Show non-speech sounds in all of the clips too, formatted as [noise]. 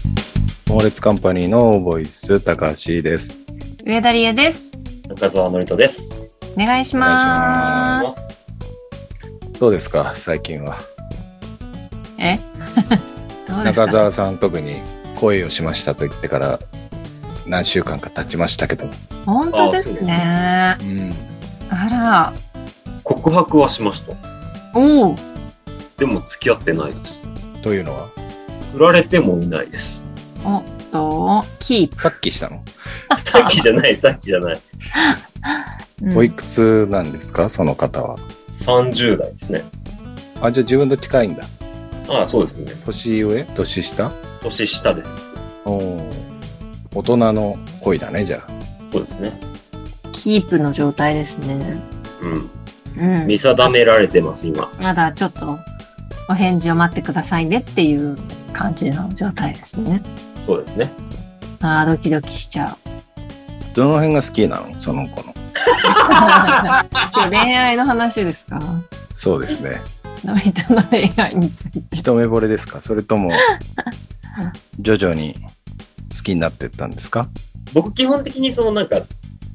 レッツカンパニーのボイス、高橋です。上田理恵です。中澤のりとです。お願いしおま願いす。します。どうですか、最近は。え [laughs] どうです中か澤さん、特に恋をしましたと言ってから何週間か経ちましたけど。本当ですね。あうん。ら、告白はしました。おお、でも付き合ってないです。というのは、振られてもいないです。おっと、キープ。さっきしたの、さっきじゃ [laughs] ない、さっきじゃない。うんおいくつなんですか、その方は。 30代ですね。あ、じゃあ自分と近いんだ。ああ、そうですね。年上年下年下です。おー大人の恋だね、じゃあ。そうですね。キープの状態ですね。ううん。ん見。定められてます、今。まだちょっと、お返事を待ってくださいねっていう感じの状態ですね。そうですね。ああ、ドキドキしち [laughs] ゃう。どの辺が好きなのその子の。恋愛の話ですかそうですね。のりとの恋愛について。一目惚れですかそれ [laughs] とも徐々に好きになってったんですか、僕、基本的にそのなんか、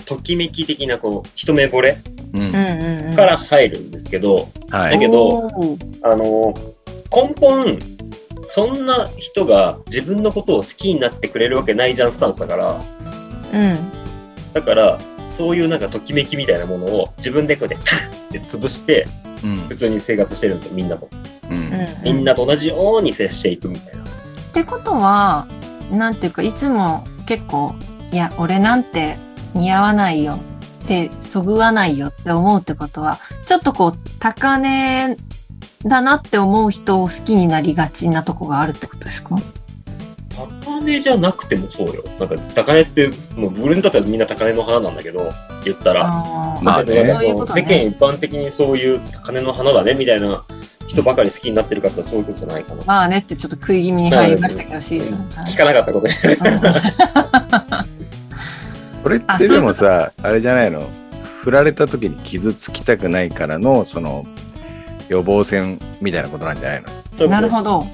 ときめき的な、こう、一目惚れうんうんうんうん。から入るんですけど、はだいけどおー、あの、根本、そんな人が自分のことを好きになってくれるわけないじゃんスタンスだから、うん。だから、そういうなんかときめきみたいなものを自分でこうやって、ハッって潰して、うん普通に生活してるんですよ、みんなと。うんうんみんなと同じように接していくみたいな。ってことはなんていうかいつも結構「いや俺なんて似合わないよ」ってそぐわないよって思うってことはちょっとこう高値だなって思う人を好きになりがちなとこがあるってことですか高値じゃなくてもそうよ。なんか、高値って、もう僕にとってはみんな高値の花なんだけど、言ったら。あーまあねだけどなんかそそうのい世うことね間一般的にそういう高値の花だねみたいな人ばかり好きになってるかってそういうことじゃないかな。まあねってちょっと食い気味に入りましたけどシーズン聞かなかったことに。はいこれっあてでもさあれじゃないの振られた時に傷つきたくないからのその予防線みたいなことなんじゃないのそういうことですなるほ。ど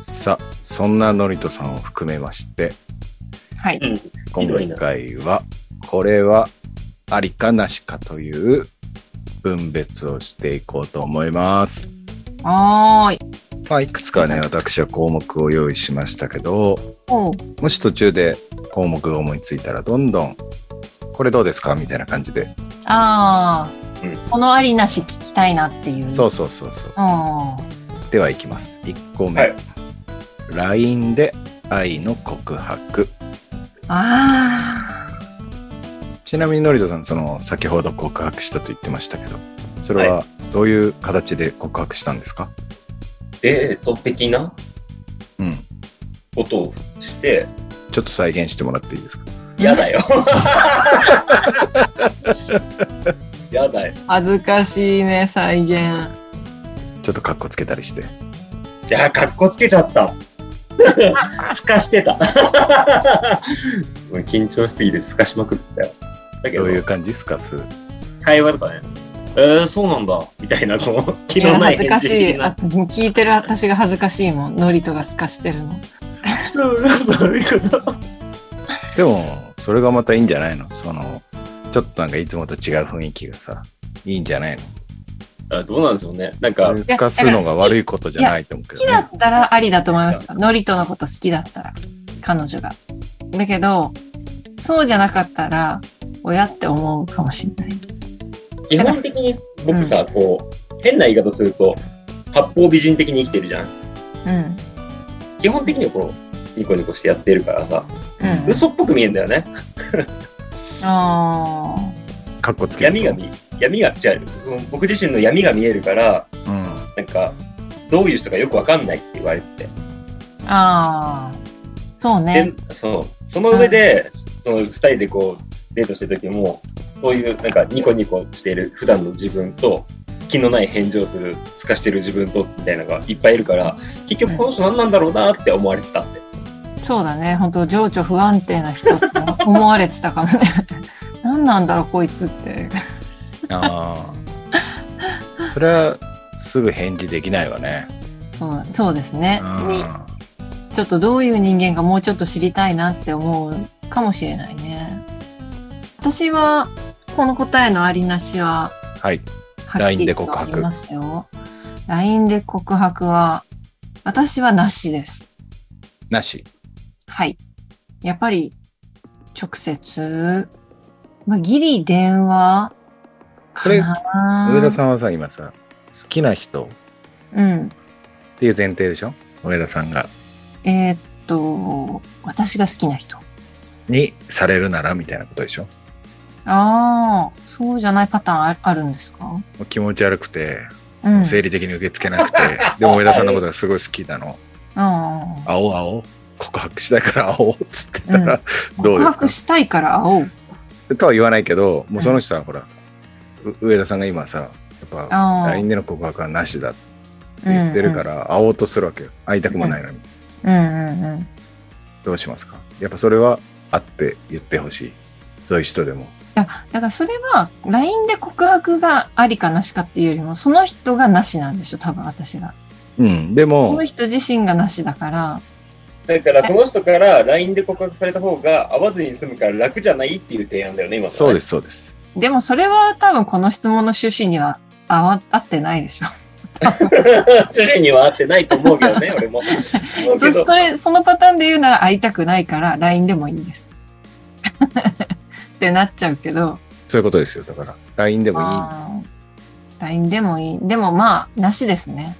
さあそんなのりとさんを含めましてはいうん。うん。今回はこれはありかなしかという分別をしていこうと思います。はーいまあ、いくつかね私は項目を用意しましたけどおうもし途中で項目が思いついたらどんどんこれどうですかみたいな感じでああ、うんこのありなし聞きたいなっていうそううそうそうそうあではいきます1個目、はい LINE で愛の告白ああちなみにのりとさんその先ほど告白したと言ってましたけどそれはどういう形で告白したんですか、デート的なうんことをして、ちょっと再現してもらっていいですか嫌だよ。嫌だよ。恥ずかしいね再現ちょっとカッコつけたりしていや、かっこつけちゃった。すかしてた。もう緊張しすぎてすかしまくってたよ。だけどど、ういう感じですかす会話とかね、えー、そうなんだ、みたいな、こう、 [laughs] 気いやのない恥ずかしい返事的あ [laughs] な。聞いてる私が恥ずかしいもんノリとがすかしてるのそういうことでもそれがまたいいんじゃないのそのちょっとなんかいつもと違う雰囲気がさいいんじゃないのあどうなんでしょうね。なんそかれ、すかすのが悪いことじゃないと思うけ好ど、きね、だったらありだと思いますよノリとのこと好きだったら彼女がだけどそうじゃなかったら親って思うかもしれない基本的に僕さ、こう、変な言い方すると、八方美人的に生きてるじゃん。うん基本的にはこう、ニコニコしてやってるからさ、うん嘘っぽく見えんだよね。あカッコつけると闇が見、闇が、違う、僕自身の闇が見えるから、うんなんか、どういう人かよくわかんないって言われて。ーあーそうねで、そう。その上で、その二人でこう、デートしてる時も、そういう、なんか、ニコニコしてる普段の自分と、気のない返事をする、透かしてる自分と、みたいなのがいっぱいいるから、結局この人何なんだろうなって思われてたって。そうだね本当情緒不安定な人って思われてたかもね [laughs] 何なんだろうこいつってああそれはすぐ返事できないわねそうそうですねうにんちょっとどういう人間がもうちょっと知りたいなって思うかもしれないね。私は、この答えのありなしは、はい。はっき LINE りでと告あ白りますよ。LINE で告白は、私はなしです。なし。はい。やっぱり、直接、まあ、ギリ電話そかれな。上田さんはさ、今さ、好きな人っん。うん。ていう前提でしょ上田さんが。えーっと、私が好きな人。にされるならみたいなことでしょもああ、そうじゃないパターンああるんですかう気持ち悪くて、うん。生理的に受け付けなくて、でも上田さんのことがすごい好きなの。うん青青告白したいから青っつってたら、どうで告す白かしたいから会おう。とは言わないけど、もうその人はほら、う上田さんが今さ、やっぱああ LINE での告白はなしだって言ってるから、会おうとするわけよ。会いたくもないのに。うんうんうんうん。どうしますかやっぱそれは会って言ってほしい。そういう人でも。だからそれは LINE で告白がありかなしかっていうよりもその人がなしなんでしょ多分私が。うん。でそもの、人自身がなしだから。だから、その人から LINE で告白された方が、会わずに済むから楽じゃないっていう提案だよね、今。そうです [laughs] す、そうです。でもそれは多分この質問の趣旨には合わ合ってないでしょ。主人には合ってないと思うけどね、[laughs] 俺も。思うそけしどそれそのパターンで言うなら会いたくないから LINE でもいいんです。 [laughs] ってなっちゃうけど。そういうことですよ。だから、LINE でもいい、あー LINE でもいい。でもまあ、なしですね。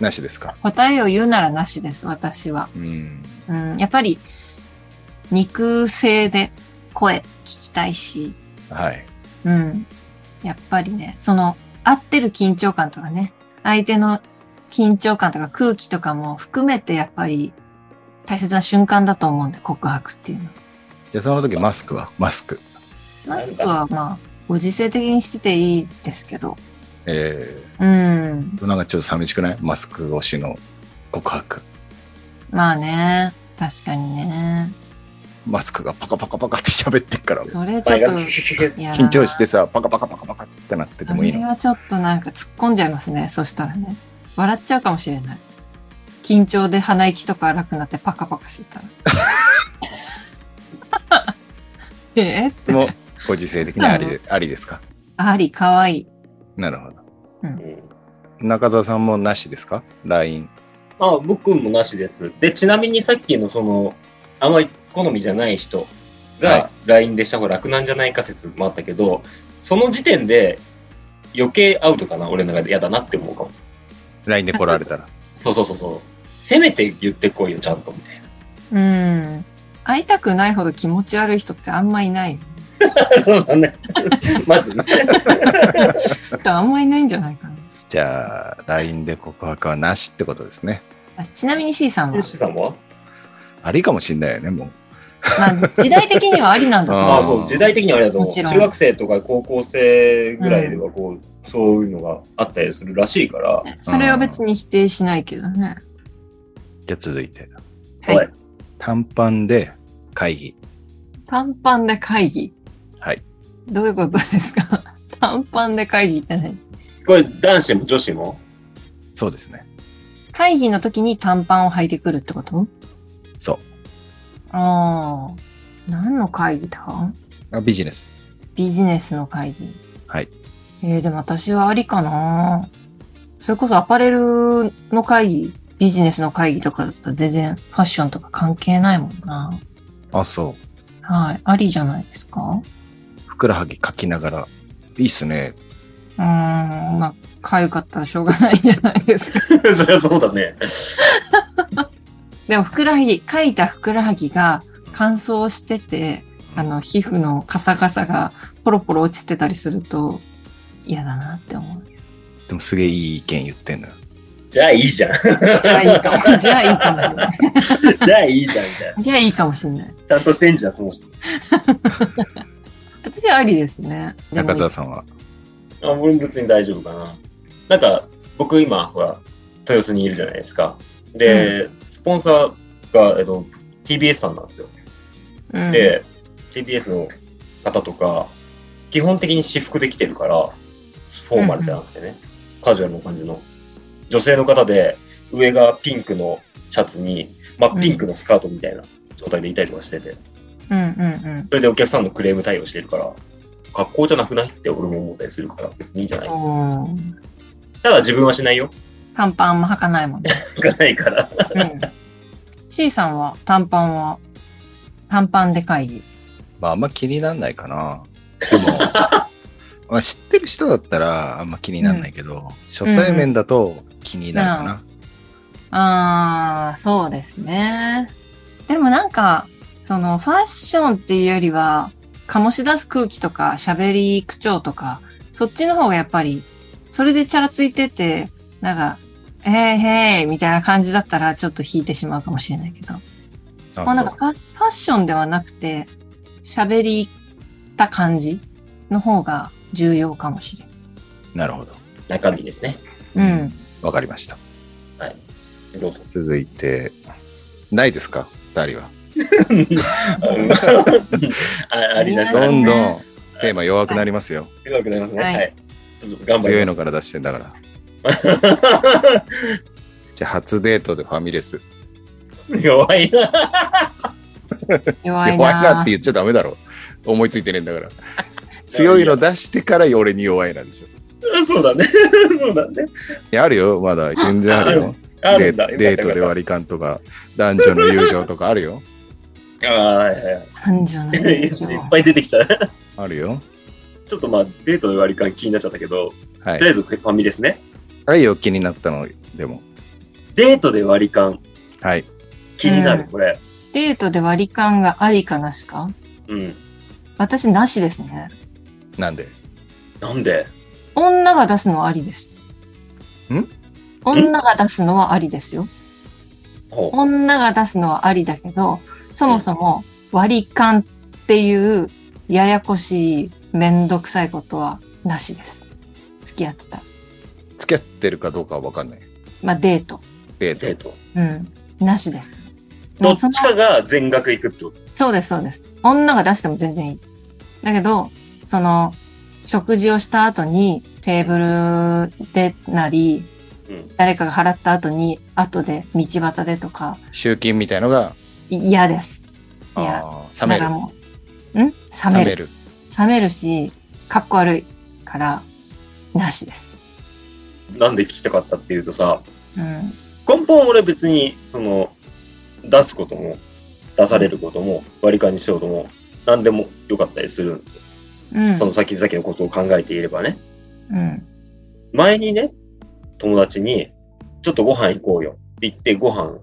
なしですか答えを言うならなしです、私は。うん。うん、やっぱり、肉声で声聞きたいし、はい。うん。やっぱりね、その、合ってる緊張感とかね、相手の緊張感とか空気とかも含めて、やっぱり、大切な瞬間だと思うんで、告白っていうのは。じゃあその時マスクはマスク。マスクはまあ、ご時世的にしてていいですけど、えうん。ー、なんかちょっと寂しくないマスク越しの告白。まあね、確かにね。マスクがパカパカパカって喋ってるから、それちょ前っがと、嫌だ緊な張してさ、パカパカパカパカってなっててもいいそれの。はちょっとなんか突っ込んじゃいますね。そしたらね。笑っちゃうかもしれない。緊張で鼻息とか荒くなってパカパカしてたら。 [laughs] えーでも、ご時世的にありで、ありですかあり、かわいい。なるほど。うん中澤さんもなしですか ?LINE。ま [laughs] あ、僕もなしです。で、ちなみにさっきのその、あんまり好みじゃない人はが LINE でした方が楽なんじゃないか説もあったけど、その時点で余計アウトかな、俺の中で嫌だなって思うかも。 LINE で来られ [laughs] たら。そうそうそうそう。せめて言ってこいよ、ちゃんと、みたいうん。会いたくないほど気持ち悪い人ってあんまいない。な。そうだね。 [laughs] まずね。人あんまいないんじゃないかな。じゃあ、LINE で告白はなしってことですね。あちなみに C [laughs] さんは、シさんはありかもしんないよね、もう。まあ、時代的にはありなんだあーああ、そう、時代的にはあれだと思もう。ちろん中学生とか高校生ぐらいでは、こう、そういうのがあったりするらしいから、けど、それは別に否定しないけどね。じゃあ続いて。はいはい短パンで会議。短パンで会議。はい。どういうことですか [laughs] 短パンで会議って何これ男子も女子もそうですね。会議の時に短パンを履いてくるってことそああ。何の会議だう。あビジネス。ビジネスの会議。はい。えー、でも私はありかな。それこそアパレルの会議、ビジネスの会議とかだと全然ファッションとか関係ないもんな。あ、そはい。ありじゃないですかう。ふくらはぎかきながら。いいっすね。うーん、まあ、かゆかったらしょうがないじゃないですか。 [laughs] そりゃそうだね。でも、ふくらはぎ、かいたふくらはぎが乾燥してて、あの、皮膚のカサカサがポロポロ落ちてたりすると嫌だなって思う。でもすげえいい意見言ってんのよ。じゃあいいじゃん。 [laughs] じゃあいいかも。じゃあいいかもしれない。じゃあいいじゃん、みたいな。じゃあいいかもしれない。ちゃんとしてんじゃん、その人。私はありですね。でも中澤さんは。あ、俺も別に大丈夫かな。なんか、僕今、ほら、豊洲にいるじゃないですか。で、スポンサーが、えっと、TBS さんなんですよ。うん、で、TBS の方とか、基本的に私服で来てるから、フォーマルじゃなくてね、カジュアルな感じの。女性の方で、上がピンクのシャツに、真っピンクのスカートみたいな状態でいたりとかしてて、うんうんそれでお客さんのクレーム対応してるから、格好じゃなくないって俺も思ったりするから、別にいいんじゃなういん。おーただ自分はしないよ。短パンも履かないもんね。がないから。うん C さんは短パンは短パンで会議。まあ、あんま気になんないかな。で [laughs] も、まあ、知ってる人だったらあんま気になんないけど、初対面だと気になるかな。ああ、そうですね。でもなんか、そのファッションっていうよりは、醸し出す空気とか喋り口調とか、そっちの方がやっぱり、それでチャラついてて、なんか、へーへーみたいな感じだったらちょっと引いてしまうかもしれないけど。あまあ、なんそかファファッションではなくて、喋りた感じの方が重要かもしれうなるほど。中身ですね。ない。うん。わかりました。はい。ど [laughs] うぞ続いて、ないですか二人は。あありがとみうごどんざいんまどんテーマ弱くなりますよ。す。強くなりますね。ははいい。ちょっと頑張強いりのから出してんだから。ます。じゃあ、初デートでファミレス。 [laughs] 弱いな。弱弱いいななって言っちゃダメだろ。思いついてねえん [laughs] だから。強いの出してから俺に弱いなんでしょ。いそうだね。 [laughs] そうだね。や、あるよ。まだ全然あるよ。あるデんだ。ーデートでは。割り勘とか、男女の友情とかあるよ。ああ、はいはいはい。感情の [laughs] い影響っぱい出てきた。ちあるよ。ょっとまあ、デートの割り勘気になっちゃったけど、はとりあい。えずファミレスね。はいよ、気になったの、でも。デートで割り勘はい。気になうる、んこれ。デートで割り勘がありかなしかうん。私なしですね。なんでなんで女が出すのはありです。ん女が出すのはありですよ。ほう女が出すのはありだけど、そもそも割り勘っていうややこしいめんどくさいことはなしです。付き合ってた。付き合ってるかどうかは分かんない。まあデート。デデーート。ト。うん。なしです。どもっうそちのかが全額行くってこと。そうです、そうです。女が出しても全然いい。だけど、その、食事をした後にテーブルでなり、うん。誰かが払った後に、後で道端でとか、集金みたいのが、い嫌です。いや、あー冷めなるんか。もう。ん冷冷めめる。る。冷めるし、かっこ悪いから、なしです。なんで聞きたかったっていうとさ、うん。根本俺別にその出すことも出されることも割り勘にしようとも何でもよかったりするんでうんそ。の先々のことを考えていればねうん。前にね友達に「ちょっとご飯行こうよ」って言ってご飯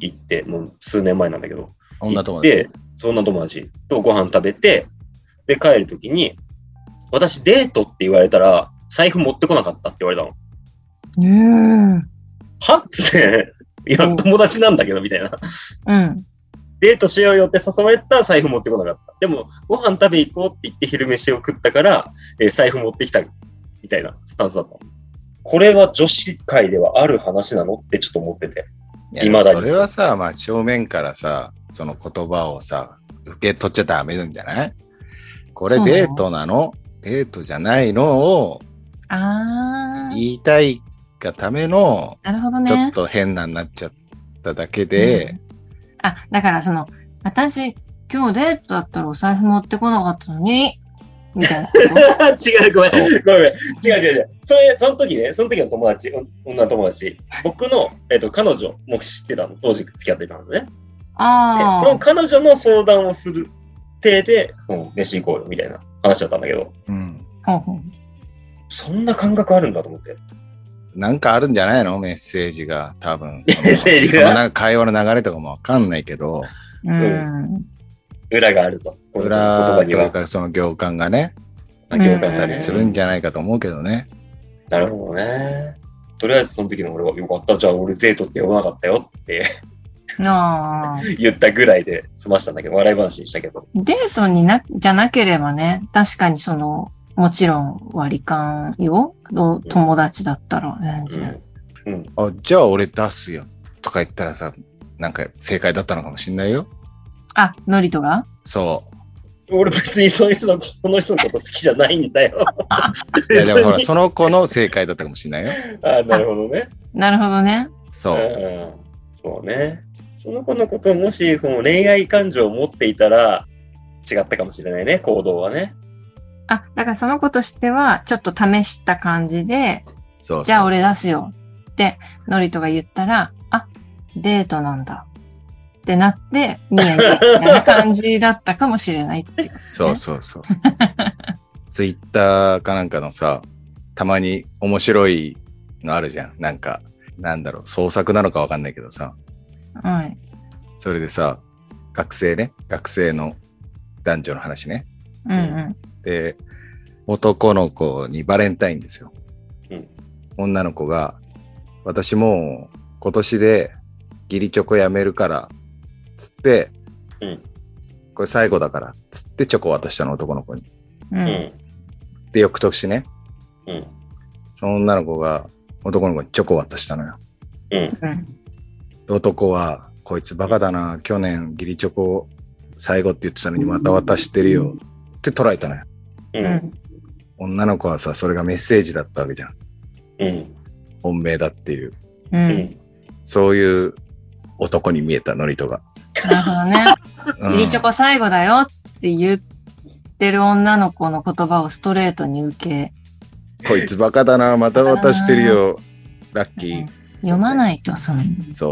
行ってもう数年前なんだけど女友行達っ。てそんな友達とご飯食べてで帰る時に「私デートって言われたら財布持ってこなかった」って言われたの。うん。は [laughs] っつって「いやうん友達なんだけど」みたいな。うん。デートしようよって誘われたら財布持ってこなかった。でも、ご飯食べ行こうって言って昼飯を食ったから、えー財布持ってきたみたいなスタンスだった。これは女子会ではある話なのってちょっと思って [laughs] て。いやでもそれはさ、まあ、正面からさ、その言葉をさ、受け取っちゃダメなんじゃないこれそうなのデートなのデートじゃないのをあー。言いたいがための、なるほどね。ちょっと変なになっちゃっただけで、あ、だからその、私、今日デートだったらお財布持ってこなかったのに、みたいなこと。違う、ごめん。そうごめん。 [laughs] 違う違う違う。それ、その時ね、その時の友達、お女の友達、僕の、えっ、と、彼女も知ってたの。当時付き合ってたのね。であその彼女の相談をする体で、うん飯行こうよみたいな話だったんだけど、うんあ。ほうほうそんな感覚あるんだと思って。なんかあるんじゃないのメッセージが多分。そのメッセージそのがなんか会話の流れとかもわかんないけど、うん。裏があると。この言葉裏とにはいうかその行間がね、明らかあにっなたりりすするるんじゃないかと思うけどね。なるほどね。とりあえずその時の俺は、よかった、じゃあ俺デートって呼ばなかったよって [laughs] なあ。言ったぐらいで済ましたんだけど、笑い話にしたけど。デートにな、じゃなければね、確かにその、もちろん割り勘よ。お友達だったら全然。うん。うん、あ、じゃあ俺出すよとか言ったらさ、なんか正解だったのかもしんないよ。あ、ノリトがそ俺別にそういう人、その人のこと好きじゃないんだよ。う。いやでもほら、別に [laughs] その子の正解だったかもしんないよ。あなるほどね。なるほどね。そう。ん。そうね。その子のことをもしその恋愛感情を持っていたら違ったかもしれないね、行動はね。あ、だからその子としては、ちょっと試した感じで、そうそうじゃあ俺出すよって、ノリトが言ったら、あ、デートなんだ。ってなって、ニヤニヤみたいな感じだったかもしれないって [laughs] いう。そうそう [laughs] そう。ツイッターかなんかのさ、たまに面白いのあるじゃん。なんか、なんだろう、創作なのかわかんないけどさ、はい。それでさ、学生ね、学生の男女の話ね。うんうん。で、男の子にバレンタインですよ。うん女の子が、私もう今年で義理チョコやめるから、つって、うんこれ最後だから、つってチョコ渡したの、男の子に。う。うんん。で、翌年ね、うん。その女の子が男の子にチョコ渡したのよ。うん。うん。で男は、こいつバカだな、去年義理チョコ最後って言ってたのにまた渡してるよって捉えたのよ。う。うんん。女の子はさ、それがメッセージだったわけじゃん。うん。本命だっていう。う。うんん。そういう男に見えた、ノリトが。なるほどね。うん義理チョコ最後だよって言ってる女の子の言葉をストレートに受け、こいつバカだな、また渡してるよ。ラッキー。読まないと、その。いそう。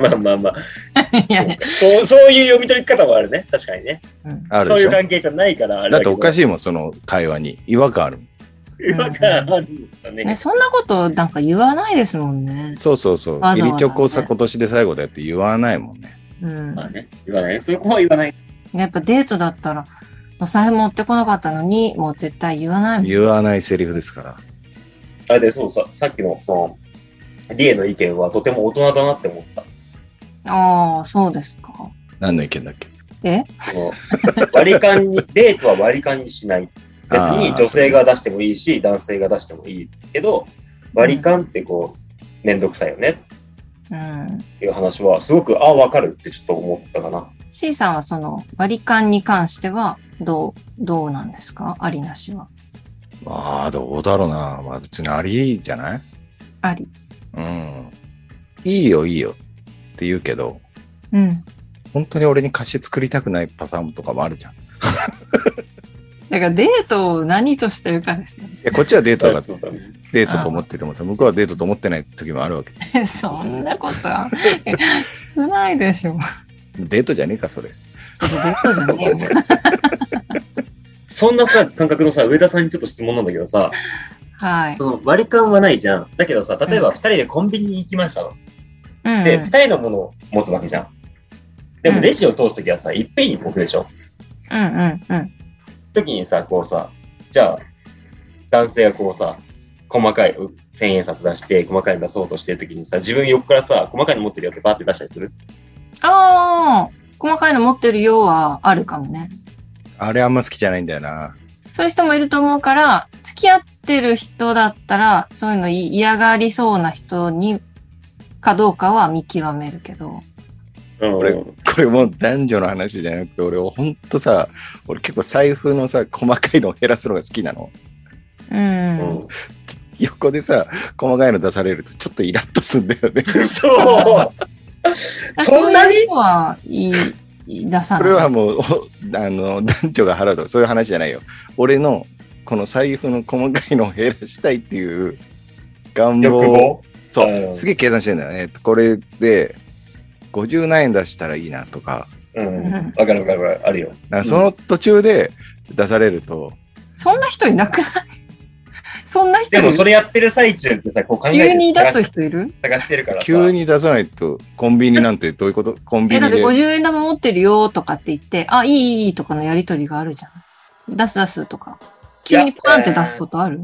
まあまあまあ。やね。そうそういう読み取り方もあるね。確かにね。うんあるそうでいしうょ。関係じゃないからあれだっておかししいもん、その会話に。違和感あるもん。い。違和感あるんだね。ね、そんなことなんか言わないですもんね。そうそうそう。わざわざ義ね理チョコさ、今年で最後だよって言わないもんね。うん。まあね。言わない。そこは言わない。やっぱデートだったら、お財布持ってこなかったのに、もう絶対言わないもん。言わないセリフですから。あ、で、そうさ、さっきの、その、リエの意見はとても大人だなって思った。ああ、そうですか。何の意見だっけえそ [laughs] の割り勘に、デートは割り勘にしない。別に女性が出してもいいし、男性が出してもいいけど、割り勘ってこう、めんどくさいよねうん。っていう話は、すごく、あ、わかるってちょっと思ったかな。 C さんはその割り勘に関しては、どう、どうなんですかありなしは。まあ、どうだろうな。まあ、別にありじゃないあり。うん。いいよ、いいよって言うけど、うん。本当に俺に貸し作りたくないパターンとかもあるじゃん。いだからデートを何としてるかですよやこっちはデートだ、そうだね。デートと思っててもさ、向こうはデートと思ってない時もあるわけ。ね。 [laughs] そんなことは少ないでしょ。デートじゃねえか、それ。ちょっとデートじゃねえよ。そんなさ、感覚のさ、上田さんにちょっと質問なんだけどさ、 [laughs] はい。その割り勘はないじゃん。だけどさ、例えば2人でコンビニに行きましたの。うで、ん2。人のものを持つわけじゃん。でうもんレジを通すときはさ、いっぺんに置くでしょ。うんうんうん。時にさ、こうさ、じゃあ、男性がこうさ、細かい1000円札出して、細かいの出そうとしてる時にさ、自分横からさ、細かいの持ってるよってバーって出したりする。ああ、細かいの持ってるようはあるかもね。あれあんま好きじゃないんだよな。 [laughs] そういう人もいると思うから、付き合ってる人だったら、そういうの嫌がりそうな人に、かどうかは見極めるけど。うん、俺これもう男女の話じゃなくて、俺ほんとさ、俺結構財布のさ、細かいのを減らすのが好きなの。 [laughs] うん。う横でさ、細かいの出されるとちょっとイラッとすんだよね。ん。そう。あそんなそうにいう人はいい出さこない。れはもう、お [laughs] あの、男女が払うとか、そういう話じゃないよ。俺の、この財布の細かいのを減らしたいっていう願欲望望そうう、んすげえ計算してんだよね。これで、50何円出したらいいなとか、うん。うんわかるわかるわかる。あるよ。なんかその途中で出されると、そんな人いなくない [laughs] そんな人でいもるそれやってる最中ってさ、こう考えて急に出す人いる探してるからさ。急。に出さないと、コンビニなんてどういうことコンビえ、だっニてで。 50円玉持ってるよとかって言って、あ、いいいいとかのやりとりがあるじゃん。出す出すとか。急にパンって出すことある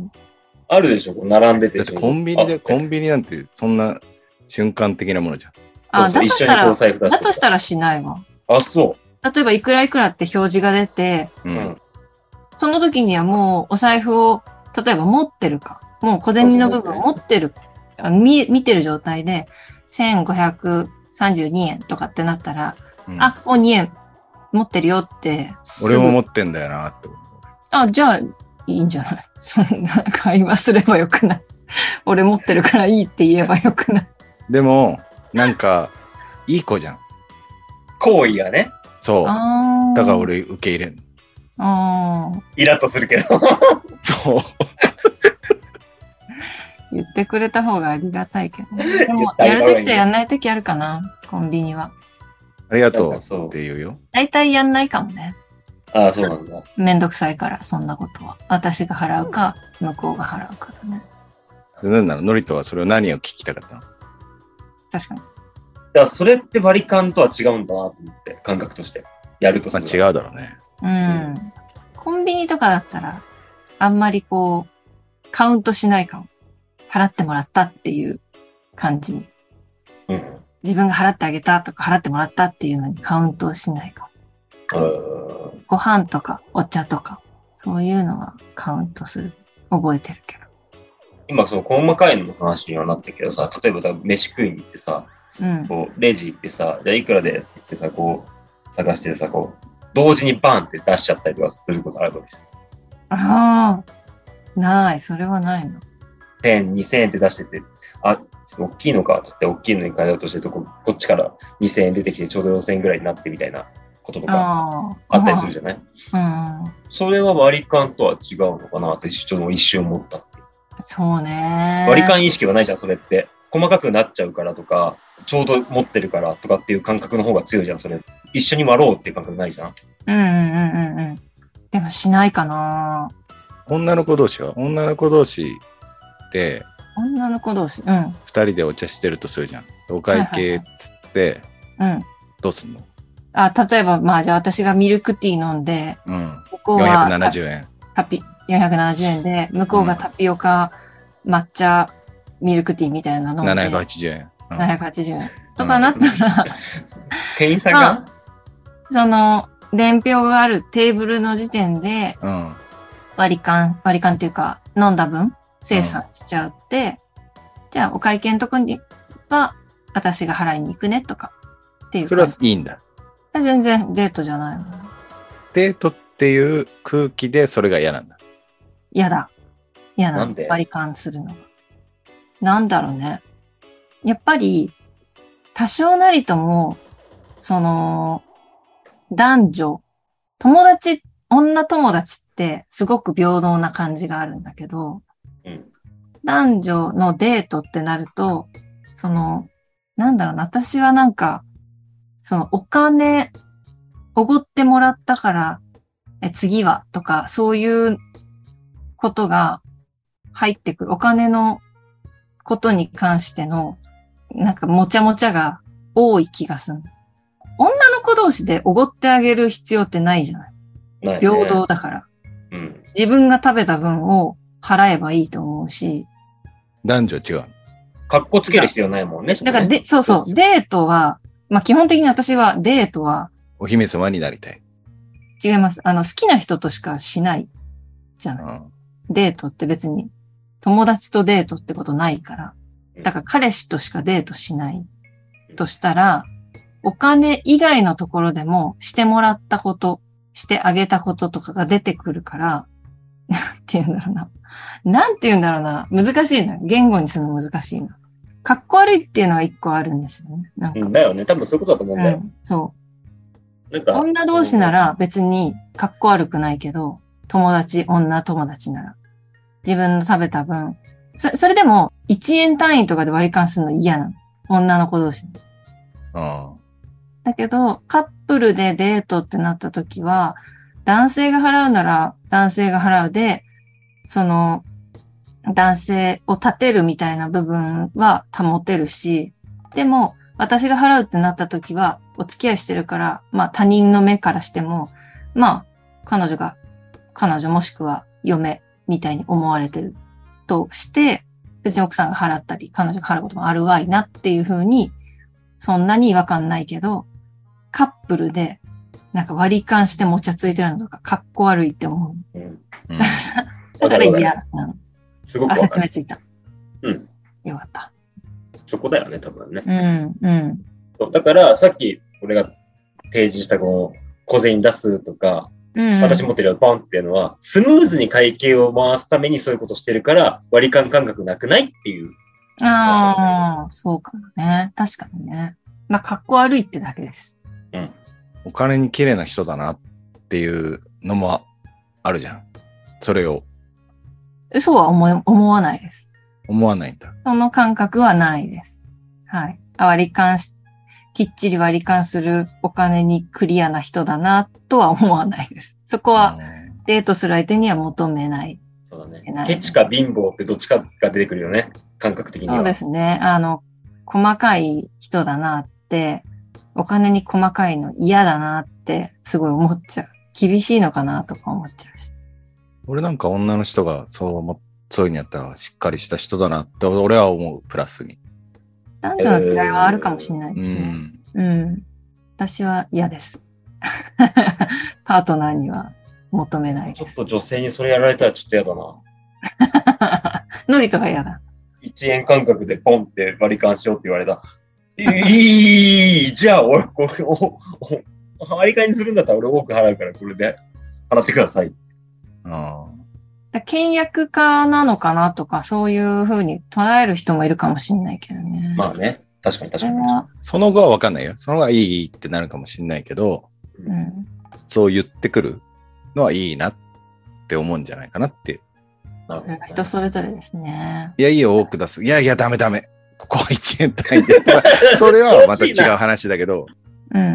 あるでしょ、こう並んでて。だってコンビニで、コビンビニなんてそんな瞬間的なものじゃん。あ、だとしたら、だとしたら。らしないわ。あ、そ例えば、いくらいくらって表示が出て、うう。うんん。。その時にはもうお財布を、例えば持ってるか、もう小銭の部分を持ってる、あ見見てる状態で、1532円とかってなったら、うんあ、もう2円持ってるよって、すぐ俺も持ってんだよなって。あ、じゃあ、いいんじゃない [laughs] そんな会話すればよくない。 [laughs] 俺持ってるからいいって言えばよくない。でも、なんか、いい子じゃん。行為がね、そう。あーだから。俺受け入れん。あーイラッとするけど。そう。言ってくれた方がありがたいけど。でも、言やった方がいいねるときとやんないときあるかな、コンビニは。ありがとなんか [laughs] そううって言うよ。大体やんないかもね。ああ、そうなんだ。めんどくさいから、そんなことは。私が払うか、向こうが払うかだね。でなんならノリトはそれを何を聞きたかったの確かに。だからそれってバリカンとは違うんだなと思って、感覚として。やるとまあ違う。うだろうね。うん。コンビニとかだったら、あんまりこう、カウントしないかも。払ってもらったっていう感じに。うん。自分が払ってあげたとか、払ってもらったっていうのにカウントをしないかも。うんご飯とか、お茶とか、そういうのがカウントする。覚えてるけ今、その細かいのの話にはなったけどさ、例えばだ飯食いに行ってさ、ど。うん。こう、レジ行ってさ、じゃあいくらですって言ってさ、こう、探してさ、こう、同時にバンって出しちゃったりとかすることあるわけじゃん。ああ。ない。それはないの。 1000円、2000円って出してて、あ、ちょっと大きいのかってって、大きいのに変えようとしてるとこ、こっちから2000円出てきて、ちょうど4000円ぐらいになってみたいなこととかああ。あったりするじゃないうん。それは割り勘とは違うのかなってちょっと一瞬思った。そうね。割り勘意識はないじゃん、それって。細かくなっちゃうからとか、ちょうど持ってるからとかっていう感覚の方が強いじゃん、それ。一緒に割ろうっていう感覚ないじゃん。うんうんうんうんうん。でもしないかな。女の子同士は女の子同士で女の子同士。うん。二人でお茶してるとするじゃん。お会計っつってうん。どうすんのあ、例えば、まあじゃあ私がミルクティー飲んで、うん。向こうはタ470円。タピ、470円で、向こうがタピオカ、抹茶、ミルクティーみたいなの飲んで、 780円。うん780円。とかなったら、店員さんが、その、伝票があるテーブルの時点でうん。割り勘、割り勘っていうか、飲んだ分、精算しちゃうって、じゃあお会計のとこには、私が払いに行くねとか、っていう感じ。それはいいんだ。え全然デートじゃないの。デートっていう空気でそれが嫌なんだ。嫌だ。嫌なのなんで割り勘するのが。なんだろうね。やっぱり、多少なりとも、その、男女、友達、女友達ってすごく平等な感じがあるんだけど、うん男女のデートってなると、その、なんだろうな、私はなんか、そのお金、おごってもらったから、え、次はとか、そういうことが入ってくる。お金のことに関しての、なんかもちゃもちゃが多い気がする。女の子同士でおごってあげる必要ってないじゃないないね平等。だから。うん。自分が食べた分を払えばいいと思うし。男女違うの。かっこつける必要ないもんね。だからちょっとねで、そうそう、デートは、まあ基本的に私はデートはお姫様になりたい。違います。あの、好きな人としかしないじゃうない。ん。デートって別に友達とデートってことないから。だから彼氏としかデートしないとしたら、お金以外のところでもしてもらったこと、してあげたこととかが出てくるから、なんて言うんだろうな。なんて言うんだろうな。難しいな。言語にするの難しいな。かっこ悪いっていうのが一個あるんですよね。なんか。うんだよね。多分そういうことだと思うんだうよ。んそなんう。か。女同士なら別にかっこ悪くないけど、友達、女友達なら。自分の食べた分。そそれでも、1円単位とかで割り勘するの嫌なの。女の子同士。 [laughs] うん。だけど、カップルでデートってなった時は、男性が払うなら男性が払うで、その、男性を立てるみたいな部分は保てるし、でも、私が払うってなった時は、お付き合いしてるから、まあ他人の目からしても、まあ、彼女が、彼女もしくは嫁みたいに思われてるとして、別に奥さんが払ったり、彼女が払うこともあるわいなっていう風に、そんなに違和感ないけど、カップルで、なんか割り勘してもちゃついてるのとか、かっこ悪いって思う。うんうん、だわかからるわかる嫌なの。すごくあ、わ説かる明ついた。うん。よかった。そこだよね、多分ね。うん、うん。そうだから、さっき俺が提示したこの小銭出すとか、うん。私持ってるよ、ポンっていうのは、スムーズに会計を回すためにそういうことしてるから、割り勘感覚なくないっていう。ああ、そうかもね。確かにね。まあ、かっこ悪いってだけです。うんお金に綺麗な人だなっていうのもあるじゃん。それを嘘は思い思わないです。思わないんだ。その感覚はないです。はい。あ割り勘し、きっちり割り勘するお金にクリアな人だなとは思わないです。そこはうんデートする相手には求めない。そうだねえな。いケチか貧乏ってどっちかが出てくるよね。感覚的には。そうですね。あの、細かい人だなって、お金に細かいの嫌だなってすごい思っちゃう。厳しいのかなとか思っちゃうし。俺なんか女の人がそう思っそういうにやったらしっかりした人だなって俺は思う、プラスに。男女の違いはあるかもしれないでうすね。ん。うん。私は嫌です。 [laughs] パートナーには求めないちょでっす。と女性にそれやられたらちょっとやだな。 [laughs] ノリとか嫌だ。 1円感覚でポンって割り勘しようって言われた。いい、じゃあ俺、これを、お割り勘にするんだったら俺多く払うから、これで払ってください。あだ倹約家なのかなとか、そういうふうに捉える人もいるかもしれないけどね。まあね、確かに確そかれに。は、ーその後はわかんないよ。その後はいいいいってなるかもしんないけど、うん。そう言ってくるのはいいなって思うんじゃないかなって。なるそほれどが人それぞれですね。いや、いいよ、多く出す。いやいや、ダメダメ。ここは1円単位 [laughs] で。それはまた違う話だけど、うんう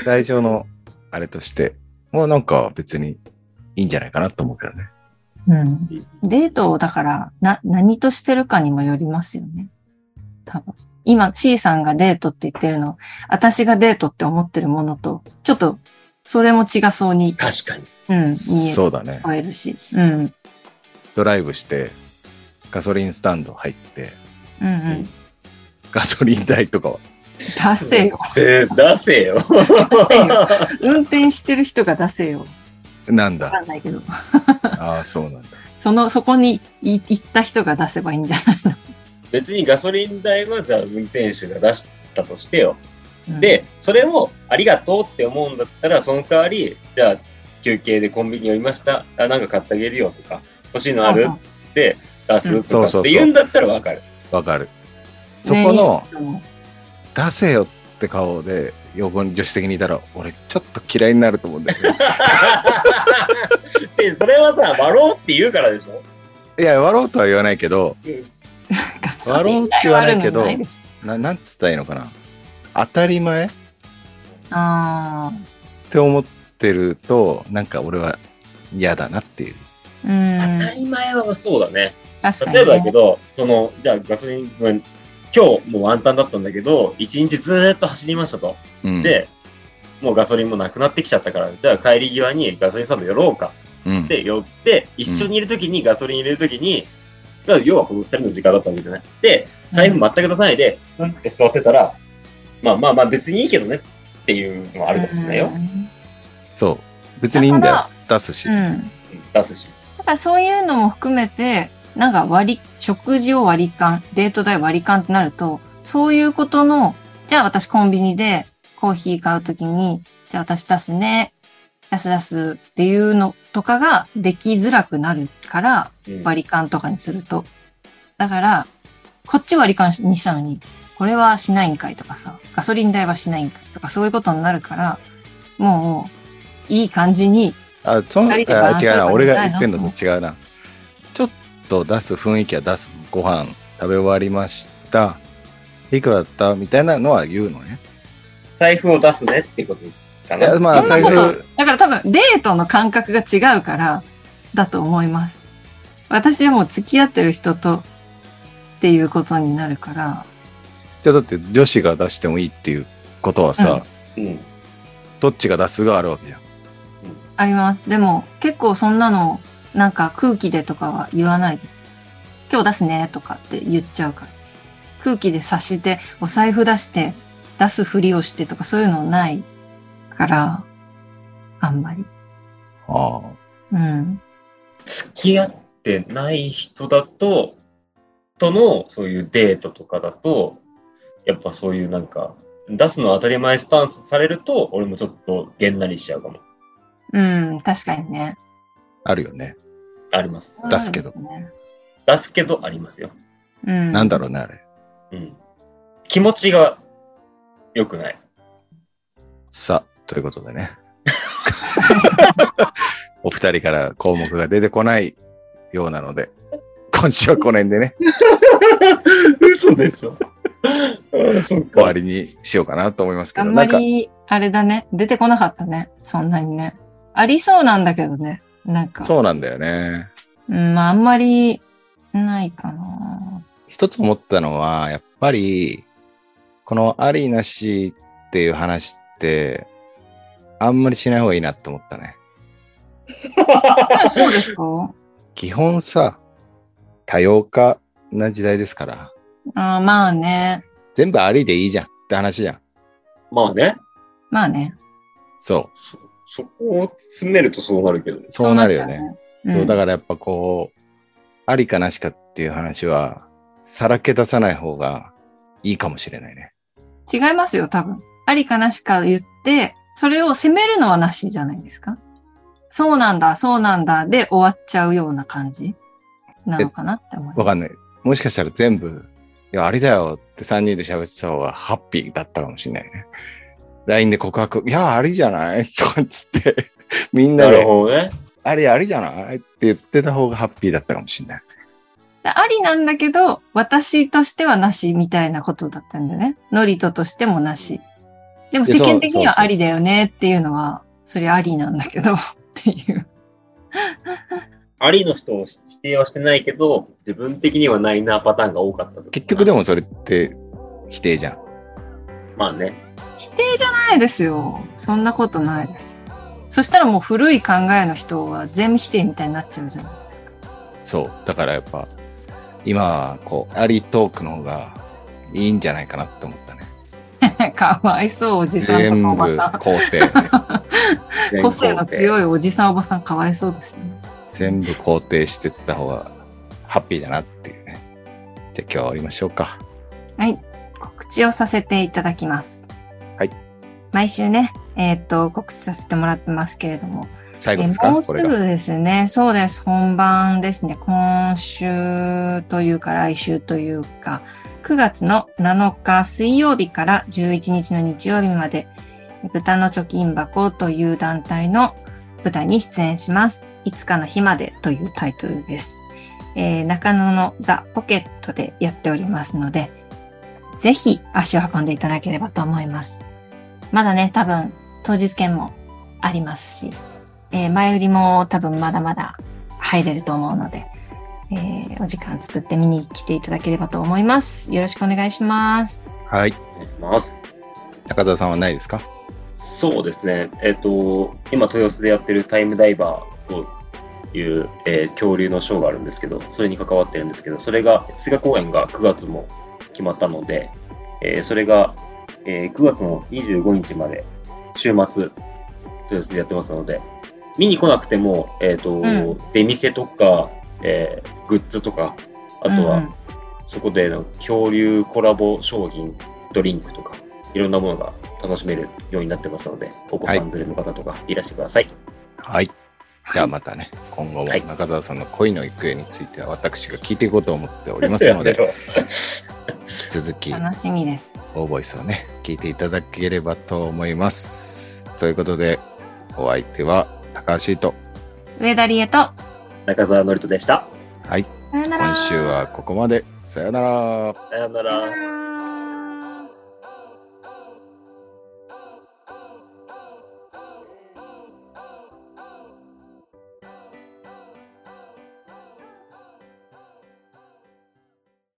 ん。代表のあれとして、もうなんか別にいいんじゃないかなと思うけどね。うん、うんデートをだからな何としてるかにもよりますよね。多分。今 C さんがデートって言ってるの、私がデートって思ってるものと、ちょっとそれも違そうに、確かに。うん、見えそうだね。えるし。うん。ドライブして、ガソリンスタンド入って、うんうん。ガソリン代とかは。出せ [laughs] よ。で出せよ。せよ運転してる人が出せよ。なん [laughs] わかだ。んないけど。ああ、そうなんだ。その、そこにい行った人が出せばいいんじゃない別にガソリン代はじゃあ運転手が出したとしてよ。の、で、それをありがとうって思うんだったら、その代わり、じゃあ休憩でコンビニ寄りました。あ、なんか買ってあげるよとか、欲しいのあるうんって出すとうんかそうそうそうって言うんだったらわかる。わかる。そこの、うんね出せよって顔で、横に女子的にいたら、俺ちょっと嫌いになると思うんだよ、ね。 [laughs] でそれはさ、割ろうって言うからでしょ、いや、割ろうとは言わないけど、ガソ割リろうンって代言わはあなるいけのどないですななんつったらいいのかな。当たり前あって思ってるとなんか俺は嫌だなっていうあ、うん当た。り前はそうだね。確かに、ね。例えばだけど、その、じゃあガソリン、ごめん今日もうワンタンだったんだけど、一日ずーっと走りましたと。、うん、で、もうガソリンもなくなってきちゃったから、じゃあ帰り際にガソリンスタンド寄ろうかうんって寄って、一緒にいるときにガソリン入れるときに、だから要はこの二人の時間だったわけじゃない。で、財布全く出さないで、スンって座ってたら、まあまあまあ別にいいけどねっていうのはあるかもしれないよ。そう別にいいんだだよ出すし、うん。うん。出すし。だからそういうのも含めて、なんか割り、食事を割り勘、デート代割り勘ってなると、そういうことの、じゃあ私コンビニでコーヒー買うときに、じゃあ私出すね、出す出すっていうのとかができづらくなるから、うん割り勘とかにすると。だから、こっち割り勘にしたのに、これはしないんかいとかさ、ガソリン代はしないんかいとか、そういうことになるから、もう、いい感じに、あそのあ二違う人でバーンとなか俺みがたい言なってんのと違うなちょっと出す雰囲気は出すご飯食べ終わりましたいくらだったみたいなのは言うのね財布を出すねってこといかやな。まあそんな財こと布だから多分、デートの感覚が違うから、だと思います。私はもう付き合ってる人と、っていうことになるから、じゃあだって女子が出してもいいっていうことはさ、うん。どっちが出すがあるわけじゃんあります。でも、結構そんなの、なんか空気でとかは言わないです。今日出すねとかって言っちゃうから。空気で察して、お財布出して、出すふりをしてとかそういうのないから、あんまり。ああうん。付き合ってない人だと、とのそういうデートとかだと、やっぱそういうなんか、出すの当たり前スタンスされると、俺もちょっとげんなりしちゃうかも。うん、確かにね。あるよねあります。出すけどそうですね。出すけどありますよ。うん。なんだろうねあれうん。気持ちが良くない。さあ、ということで [laughs] ね。お二人から項目が出てこないようなので、今週はこの辺で [laughs] ね、 [laughs] 嘘でしょ。 [laughs] あそ終っわか。りにしようかなと思いますけあど、んなまんか、り、あれだね。出てこなかったね。そんなにね。ありそうなんだけどね。なんか。そうなんだよね。うん、まあ、あんまり、ない [laughs] かな。一つ思ったのは、やっぱり、このありなしっていう話って、あんまりしない方がいいなって思ったね。そうですか基本さ、多様化な時代ですから、あまあね。全部ありでいいじゃんって話じゃん。まあね。まあね。そそ、そこを詰めるとそうなるけど。う、そうなるよね。そそう、だかからやっぱこう、ありかなしかっていう話は、さらけ出さない方がいいかもしれないね。ら。違いますよ、多分。ありかなしか言って、それを責めるのはなしじゃないですかそうなんだ、そうなんだ、で終わっちゃうような感じなのかなって思います。わかんない。。もしかしたら全部、いや、ありだよって3人で喋ってた方がハッピーだったかもしれないね。LINE で告白、いや、ありじゃないとかっつって、みんななるで、ほどね。ありありじゃないって言ってた方がハッピーだったかもしれない。ありなんだけど、私としてはなしみたいなことだったんだよね。ノリトとしてもなし。でもいや世そう間的にそうそはうありだよねっていうのは、そりゃありなんだけどっていう。ありの人を否定はしてないけど、自分的にはないなパターンが多かった。結局でも。もそれって否定じゃん。まあね。否定じゃないですよ。そんなことないです。そしたらもう古い考えの人は全否定みたいになっちゃうじゃないですか。そう。だからやっぱ、今はこう、ありトークの方がいいんじゃないかなって思ったね。か [laughs] わいそう、おじさんとか全おば部さ肯定。ん。個性の強いおじさんおばさんかわいそうですよね。全部肯定してった方がハッピーだなっていうね。じゃあ今日は終わりましょうか。はい。告知をさせていただきます。はい。毎週ね、えーっと、告知させてもらってますけれども。最後えですもかうすこれが。ぐですね、そうです。本番ですね。今週というか来週というか、9月の7日水曜日から11日の日曜日まで、豚の貯金箱という団体の舞台に出演します。いつかの日までというタイトルです。えー中野のザ・ポケットでやっておりますので、ぜひ足を運んでいただければと思います。まだね、多分当日券もありますし、えー前売りも多分まだまだ入れると思うので、えーお時間作って見に来ていただければと思います。よろしくお願いします。はい。お願いします。高田さんはないですかそうですね、えっと今、豊洲でやってるタイムダイバーという、えー恐竜のショーがあるんですけど、それに関わってるんですけど、それが、菅公演が9月も決まったので、えーそれが、えー9月の25日まで、週末、豊洲でやってますので、見に来なくても、えっとん出店とか、えーグッズとか、あとは、うんうんそこでの恐竜コラボ商品、ドリンクとか、いろんなものが楽しめるようになってますので、お子さん連れの方とかいらしてください。はい。じゃあまたね、今後もはい中澤さんの恋の行方については私が聞いていこうと思っておりますの [laughs] で、引き続き楽しみです。大ボイスをね、聞いていただければと思います。ということで、お相手は高橋と、上田理恵と、中澤のりとでした。はい。さよなら。今週はここまで。さよなら。さようなさよら。なら。